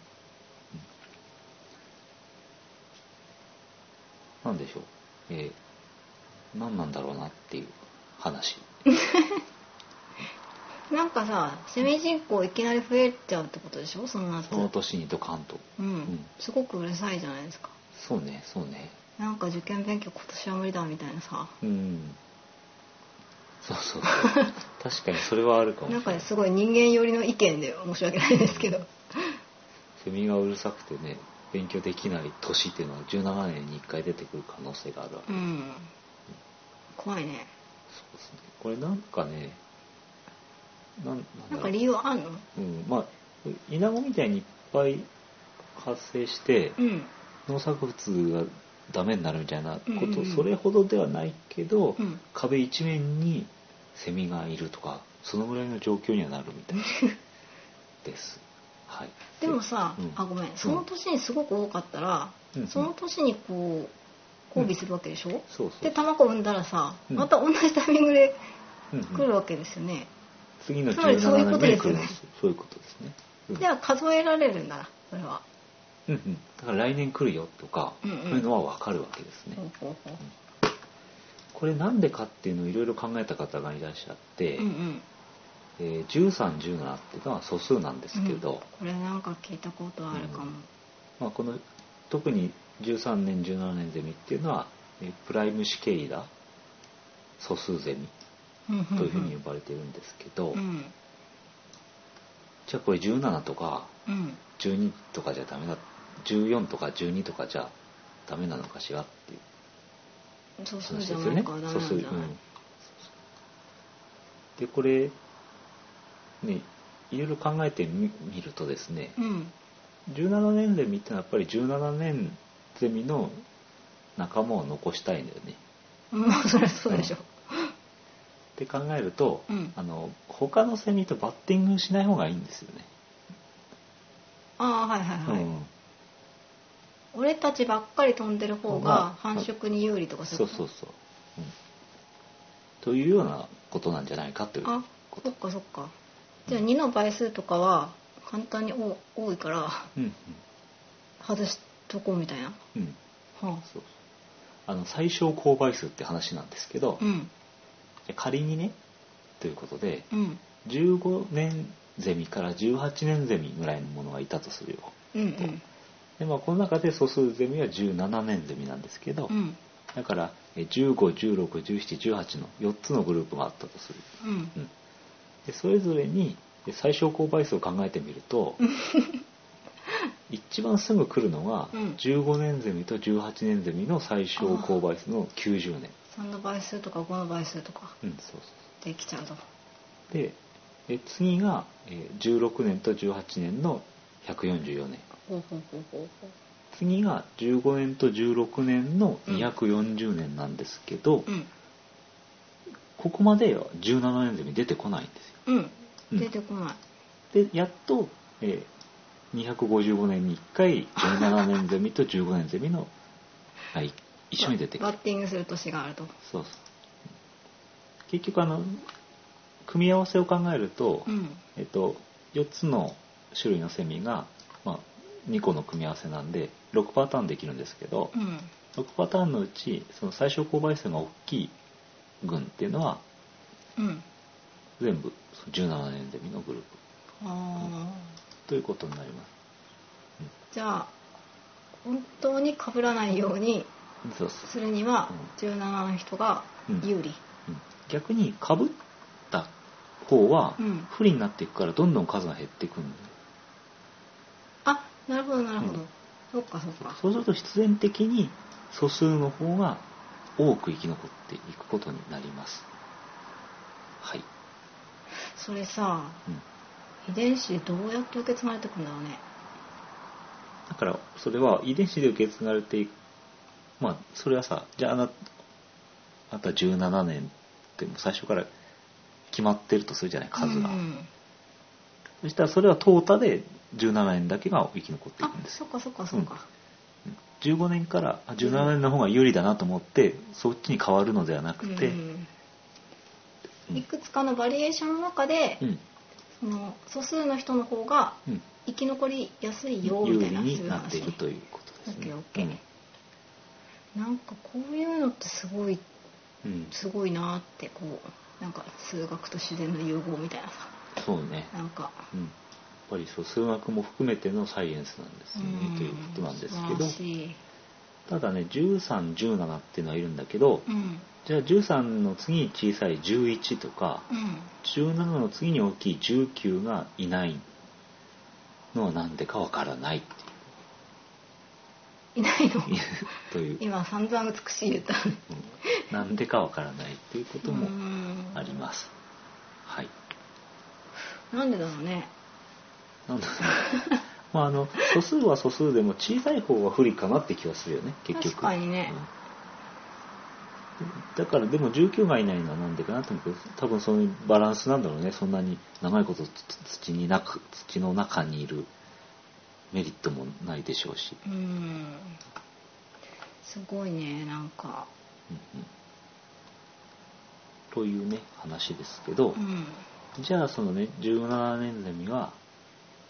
なんでしょう、えー何なんだろうなっていう話
なんかさセミ人口いきなり増えちゃうってことでしょその夏
その年にドカーンと
うん、
ん
すごくうるさいじゃないですか
そうねそうね
なんか受験勉強今年は無理だみたいなさ
うんそうそう
*laughs*
確かにそれはあるかもし
な
れ
ん
な
か
い
すごい人間寄りの意見で申し訳ないですけど
セミがうるさくてね勉強できない年っていうのは17年に1回出てくる可能性があるわけ
う
で
ん怖いね
すねこれなんかねなんなんだ
なん
ろ
か
う
理由あんの
うんまあイナゴみたいにいっぱい発生して
うん
農作物がダメになるみたいなこ
うんうんう
と
ん
それほどではないけど
うん
壁一面にセミがいるとかそのぐらいの状況にはなるみたい
*laughs*
ですはい
でもさ、
うん
あごめんその年にすごく多かったら、
うん
その年にこう交尾するわけでしょ、
そうそう
で卵産んだらさ、
うん
また同じタイミングで
うんうん
来るわけですよね、
次の
つまりそういうこ
17年
と
目に
で
来
すよ
るん
ね
ですそういうことですねうん
じゃあ数えられるんだなそれは
うんうんだから来年来るよとか
う
そ
ん
う
うん
いうのは分かるわけですね
ほうほうほう
これなんでかっていうのをいろいろ考えた方がいらっしゃって
うんうん
えー1317っていうのは素数なんですけ
うん
ど
これなんか聞いたことあるかも、
まあ、この特に13年17年ゼミっていうのはえープライムシケイダ素数ゼミ
うんんん
というふうに呼ばれてるんですけど、
うん
じゃあこれ17とか
うん
12とかじゃダメだ14とか12とかじゃダメなのかしらっていう
そうそう
話
じ
で
ゃ
すよ
な
ね
いかダメな
素
ん
数、うん
じゃない、
でこれねいろいろ考えてみみるとですね、
うん
17年ゼミってのはやっぱり17年ゼミの仲間を残したいんだよね
うん *laughs* まあそりゃそうでしょ、
って考えると、
うん
あの他のセミとバッティングしない方がいいんですよね、
ああはいはいはい、
うん
俺たちばっかり飛んでる
ま
方
あ
が繁殖に有利とか
そう
こと
そうそう、うんというようなことなんじゃないかという
あ
こと
そっ。かそっかじゃあ2の倍数とかは簡単にお多いから
うんうん
外しとこうみたいなは
うん
あ
そうあの最小公倍数って話なんですけど、
うん
仮にねということで
うん
15年ゼミから18年ゼミぐらいのものがいたとするよ
うんうん
で、まあ、この中で素数ゼミは17年ゼミなんですけど、
うん
だから15161718の4つのグループがあったとする、
うん
うん、でそれぞれに最小公倍数を考えてみる
*laughs*
と一番すぐ来るのが
うん
15年ゼミと18年ゼミの最小公倍数の90年
3の倍数とか5の倍数とか
うんそうそう
できちゃうと
でえ次がえー16年と18年の144年
ほうほうほうほうほ
次が15年と16年の240年なんですけど、
ううん
ここまでは17年ゼミ出てこないんですよ
うん
うん
出てこない
でやっと、えー255年に1回17年ゼミと15年ゼミ
*laughs*
の、はい、一緒に出てく
バ
る
ッティングする年があると
そうそう結局あの組み合わせを考えると、
うん
えっと、4つの種類のセミが、まあ、2個の組み合わせなんで6パターンできるんですけど、
うん
6パターンのうちその最小公倍数が大きい群っていうのは
うん
全部その17年ゼミのグループ
ああ
ということになります
じゃあ本当に被らないように
うんそうそう
するには17の人が有利
うん逆にかぶった方は
うん
不利になっていくからどんどん数が減っていくんだよ
あなるほどなるほど、
うん
そっかそっか
そうすると必然的に素数の方が多く生き残っていくことになりますはい、
それさ
うん、
遺伝子でどうやって受け継がれてくんだろうね
だからそれは遺伝子で受け継がれていくまあそれはさじゃああなあなた17年ってもう最初から決まってるとするじゃない数が、
うん
そしたらそれは淘汰で17年だけが生き残ってい
あ
くんです
そ
よ
っかそっかそっか、
15年からあ17年の方が有利だなと思ってそっちに変わるのではな
う
く
ん
て、うん
いくつかのバリエーションの中で、
うん
その素数の人の方が
うん
生き残りやすいよ
有
みた
利
い
に
なそういう
なって
話
い
ね
るということですね
オッケーオッケなんかこういうのってすごい
うんうん
すごいなってこうなんか数学と自然の融合みたいなさ
そうね、
なんか
うん、やっぱりそう数学も含めてのサイエンスなんですよね、ということなんですけ
素晴
ど
らしい
ただね1317っていうのはいるんだけど、
うん
じゃあ13の次に小さい11とか
うん
17の次に大きい19がいないのはなんでかわからないっていう
いない
*laughs*
の
という、
今散々美しい言った
うんなんでかわからないということもありますすはい
なんでだろうね
なんだろうね *laughs* まああの素数は素数でも小さい方は不利かなって気はするよね結局
確かにね
うんだからでも19がいないのはなんでかなと思うけど多分そういうバランスなんだろうねそんなに長いことつ土になく土の中にいるメリットもないでしょうし、
うんすごいねなんか
うんうんというね話ですけど、
うん
じゃあそのね17年ゼミは、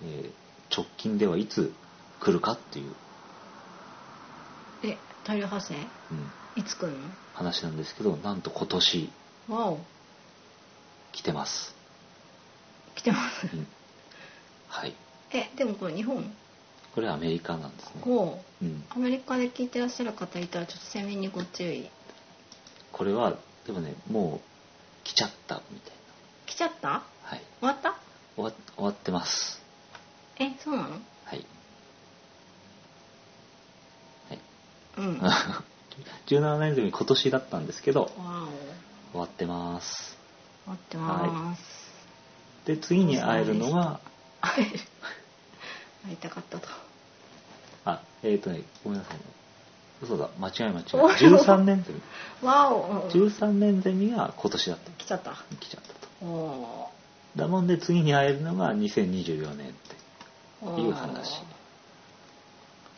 えー直近ではいつ来るかっていう、
え大量発生
うん
いつ来る
話なんですけどなんと今年
のわお
来てます、
来てます
うんはい
えでもこれ日本
これはアメリカなんですね、
こう
うん、
アメリカで聞いてらっしゃる方いたらちょっと鮮明にご注意
これはでもねもう来ちゃったみたい
来ちゃった
なはい
終わった
終わ終わってます
えそうなの
*laughs* はい、はい、
うんわ
17年ゼミ今年だったんですけど終
お
わってます
待ってます、
で次に会えるのが
*laughs* 会いたかったと
あえっ、とねごめんなさいね嘘だ間違い間違い
お
13年ゼミ
わお
13年ゼミが今年だった
来ちゃった
来ちゃったと
おお
だもんで次に会えるのが2024年って
ー
いう話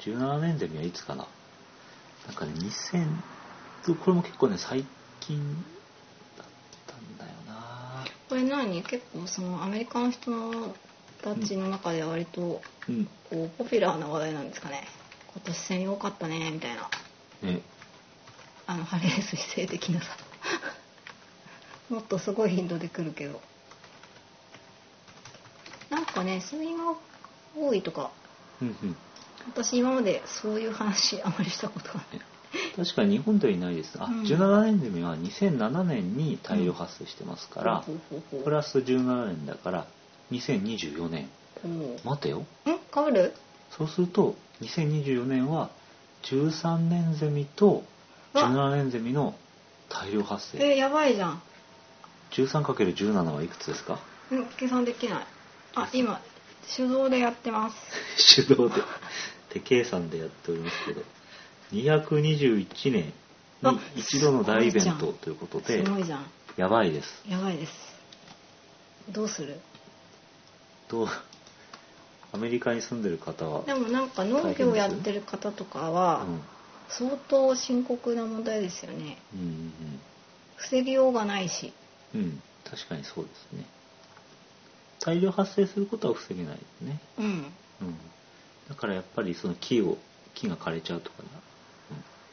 17年ゼミはいつかななんかね2000これも結構ね最近だったんだよな
これ何結構そのアメリカの人たちの中では割と
うん
こうポピュラーな話題なんですかね今年セミ多かったねみたいな
ね
あのハレー彗星的なさ *laughs* もっとすごい頻度で来るけどなんかねセミが多いとか
うんうん
私今までそういう話あまりしたことがない
確かに日本ではいないですあ、
うん
17年組は2007年に大量発生してますから、
ほうほうほう
プラス17年だから2024年
ほう
待てよ
んかぶる
そうすると2024年は13年ゼミと17年ゼミの大量発
え
生
やばいじゃん
13×17 はいくつですか
ん計算できないあ今手動でやってます
手動で *laughs* 手計算でやっておりますけど221年に一度の大イベントということ
す
で
ごいじゃん
やばいです
やばいですどうする
とアメリカに住んでる方は
でもなんか農業やってる方とかは
うん
相当深刻な問題ですよね
うん
防ぎようがないし
うんうん確かにそうですね大量発生することは防げないですね、
うん
うん、だからやっぱりその木を木が枯れちゃうとかね、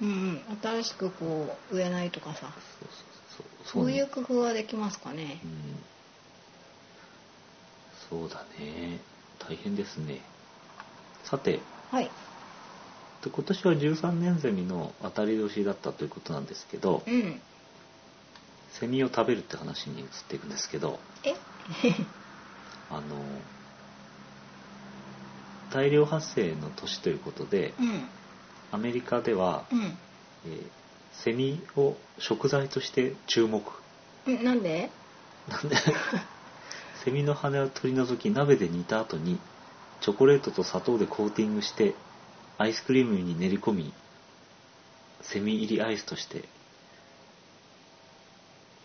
うん、
うんうん新しくこう植えないとかさ
そうそうそう
そう
ね
いう工夫はできますかね
うんそうだね大変ですねさて
はい
で今年は13年ゼミの当たり年だったということなんですけど
うん
セミを食べるって話に移っていくんですけど
え
あの大量発生の年ということで
うん
アメリカでは、
うん
えーセミを食材として注目
うんなんで
なんでセミの羽を取り除き鍋で煮た後にチョコレートと砂糖でコーティングしてアイスクリームに練り込みセミ入りアイスとして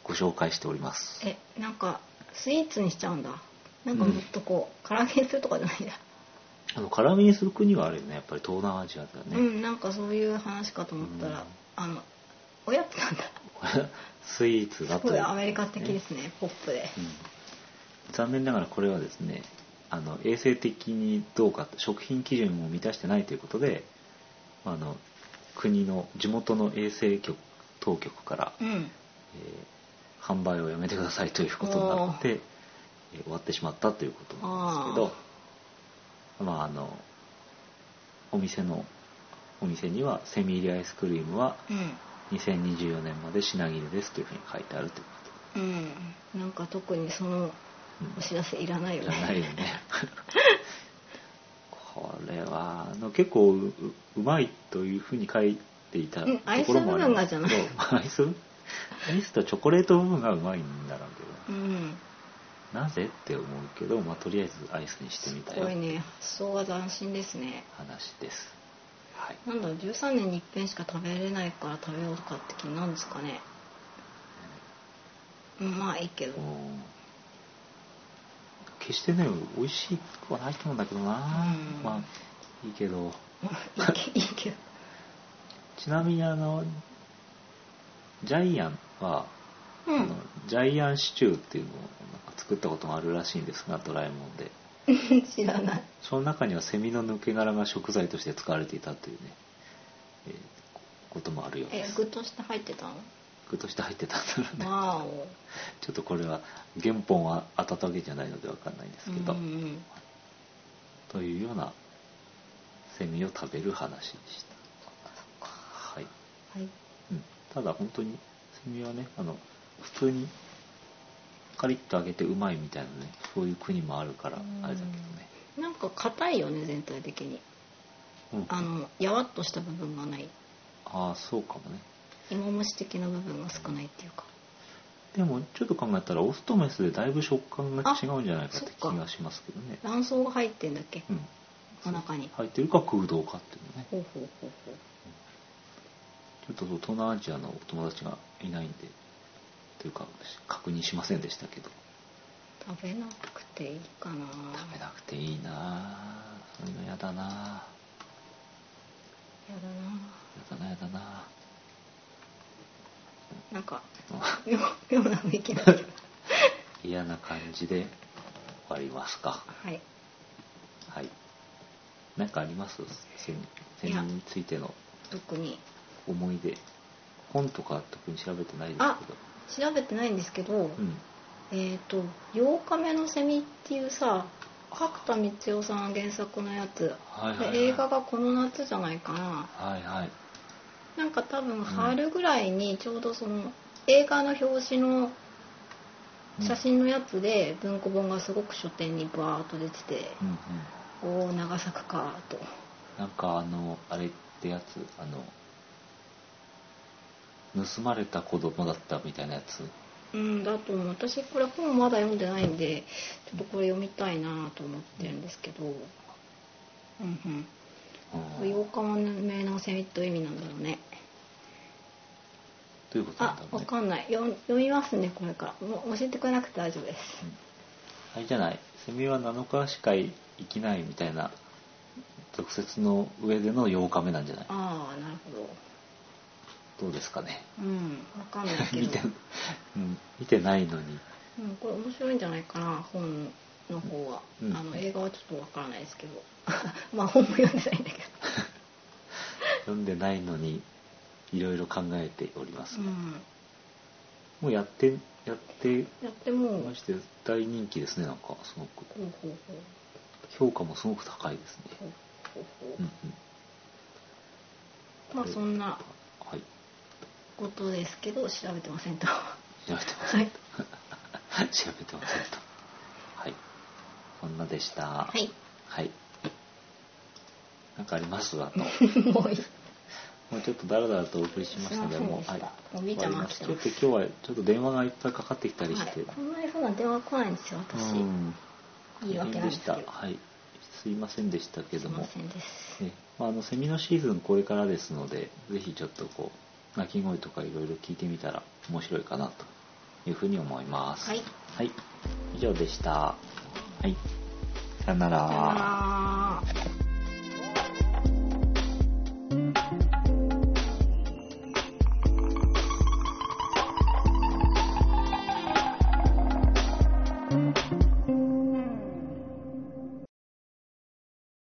ご紹介しております
えなんかスイーツにしちゃうんだなんかもっとこう、唐揚げにするとかじゃないんだ、
あの辛みにする国はあるよねやっぱり東南アジアだね、
うんなんかそういう話かと思ったら、
うん
あのおやつなんだ
*laughs* スイーツだ
す
と
ごいアメリカ的ですねポップで
うん残念ながらこれはですねあの衛生的にどうか食品基準を満たしてないということであの国の地元の衛生局当局から、
う
え
ん
ー販売をやめてくださいということになって、えー終わってしまったということなんですけどまああのお店のお店にはセミ入りアイスクリームは
うん
2024年まで品切れですというふうに書いてあるというこ
うんなんか特にその
と、うん
お知らせいらないよ
じゃない
ね
よ
*laughs*
ねこれはあの結構うううまいというふうに書いていたと
うん
ころもありますけど
アイス部分
アイス *laughs* アイスとチョコレート部分がうまいんだろうけ
う
ど、
ん
なぜって思うけど、まあ、とりあえずアイスにして
す
みたよ
ごいね発想が斬新ですね
話です、はい
なんだろう13年に一遍しか食べれないから食べようとかって気になるんですかねうんまあいいけど
うん決してね美味しくはないと思うんだけどな、
うん
まあいいけど
*laughs* いいけど
ちなみにあのジャイアンは
う
あの
ん
ジャイアンシチューっていうのをなんか作ったことがあるらしいんですがドラえもんで
知らない
その中にはセミの抜け殻が食材として使われていたというね、えーここともあるようで
え
す
具として入ってたの
具として入ってたんだろうね
わーお
ちょっとこれは原本は当たったわけじゃないのでわかんないんです
うん
け
う
ど、
ん
というようなセミを食べる話でしたはい、
はい
うん、ただ本当にセミはねあの普通にカリッと揚げてうまいみたいなねそういう国もあるから
うん
あれだけどね
なんか硬いよね全体的に
うん、
あのやわっとした部分がない
ああそうかもね
芋虫的な部分が少ないっていうか
でもちょっと考えたらオスとメスでだいぶ食感が違うんじゃないかって気
あそっか
がしますけどね
卵巣が入ってんだっけ
うん
お腹に
入ってるか空洞かっていうのね
ほうほうほうほう
ちょっとそう東南アジアのお友達がいないんでというか確認しませんでしたけど
食べなくていいかな
食べなくていいなあそういうのやだなあ
やだな
やだなやだな
なんか
あ *laughs*
妙妙な雰囲気だけど
い *laughs* 嫌な感じで終わりますか
はい
はい何かありますセミセミについての
特に
思い出本とか特に調べてないです
あ
けど
調べてないんですけど、
うん
えっ、と「8日目のセミ」っていうさ角田光代さん原作のやつ、
はいはいはい
で映画がこの夏じゃないかな
はいはい
なんか多分春ぐらいにちょうどその映画の表紙の写真のやつで文庫本がすごく書店にバーッと出てて、
うんうん
おお長作かと
なんかあのあれってやつあの盗まれた子供だったみたいなやつ
うんだと思う私これ本まだ読んでないんでちょっとこれ読みたいなと思ってるんですけどうんうん
うん
8日目のセミってどういう意味なんだろうね
ということなん
あ
だろう
わ
ね
かんない読読みますねこれからもう教えてくれなくて大丈夫です
うんあれじゃないセミは7日しか生きないみたいな俗説の上での8日目なんじゃない
ああなるほど
どうですかね
うんわかんない *laughs*
*laughs*
け
見
ど
て、うん、見てないのに
うん、これ面白いんじゃないかな本の方は、
うん
あの映画はちょっとわからないですけど *laughs* まあ本も読んでないんだけ
読んでないのにいろいろ考えております、
ど、うん、
もうやってやって
やっても
まして大人気ですねなんかすごく
ほうほうほう
評価もすごく高いですね
ほうほうほ
うん
う
うん
まあそんな
はい
ことですけど調べてませんと
調べてませ
は
ん
い
と *laughs* 調べてませんとはいそんなでした
はい
*laughs* はい。なんかありますあの、
もういい
もうちょっとだらだらとお送りしましたので、
すいませ
もう、
んでした
はい。
お兄ちゃんが
終わり
来てま
ますすちょっと今日は、ちょっと電話がいっぱいかかってきたりして。
はい、こんなに普段電話来ないんですよ私、
うん。
言い
大
訳
変
な
で
んです
し
けど
た。はい。すいませんでしたけ
す
ど
いま
も。
せんです
ね、まあ、あの、セミのシーズンこれからですので、ぜひちょっとこう、鳴き声とかいろいろ聞いてみたら面白いかなというふうに思います。
はい。
はい。以上でした。はい。さよな
さよなら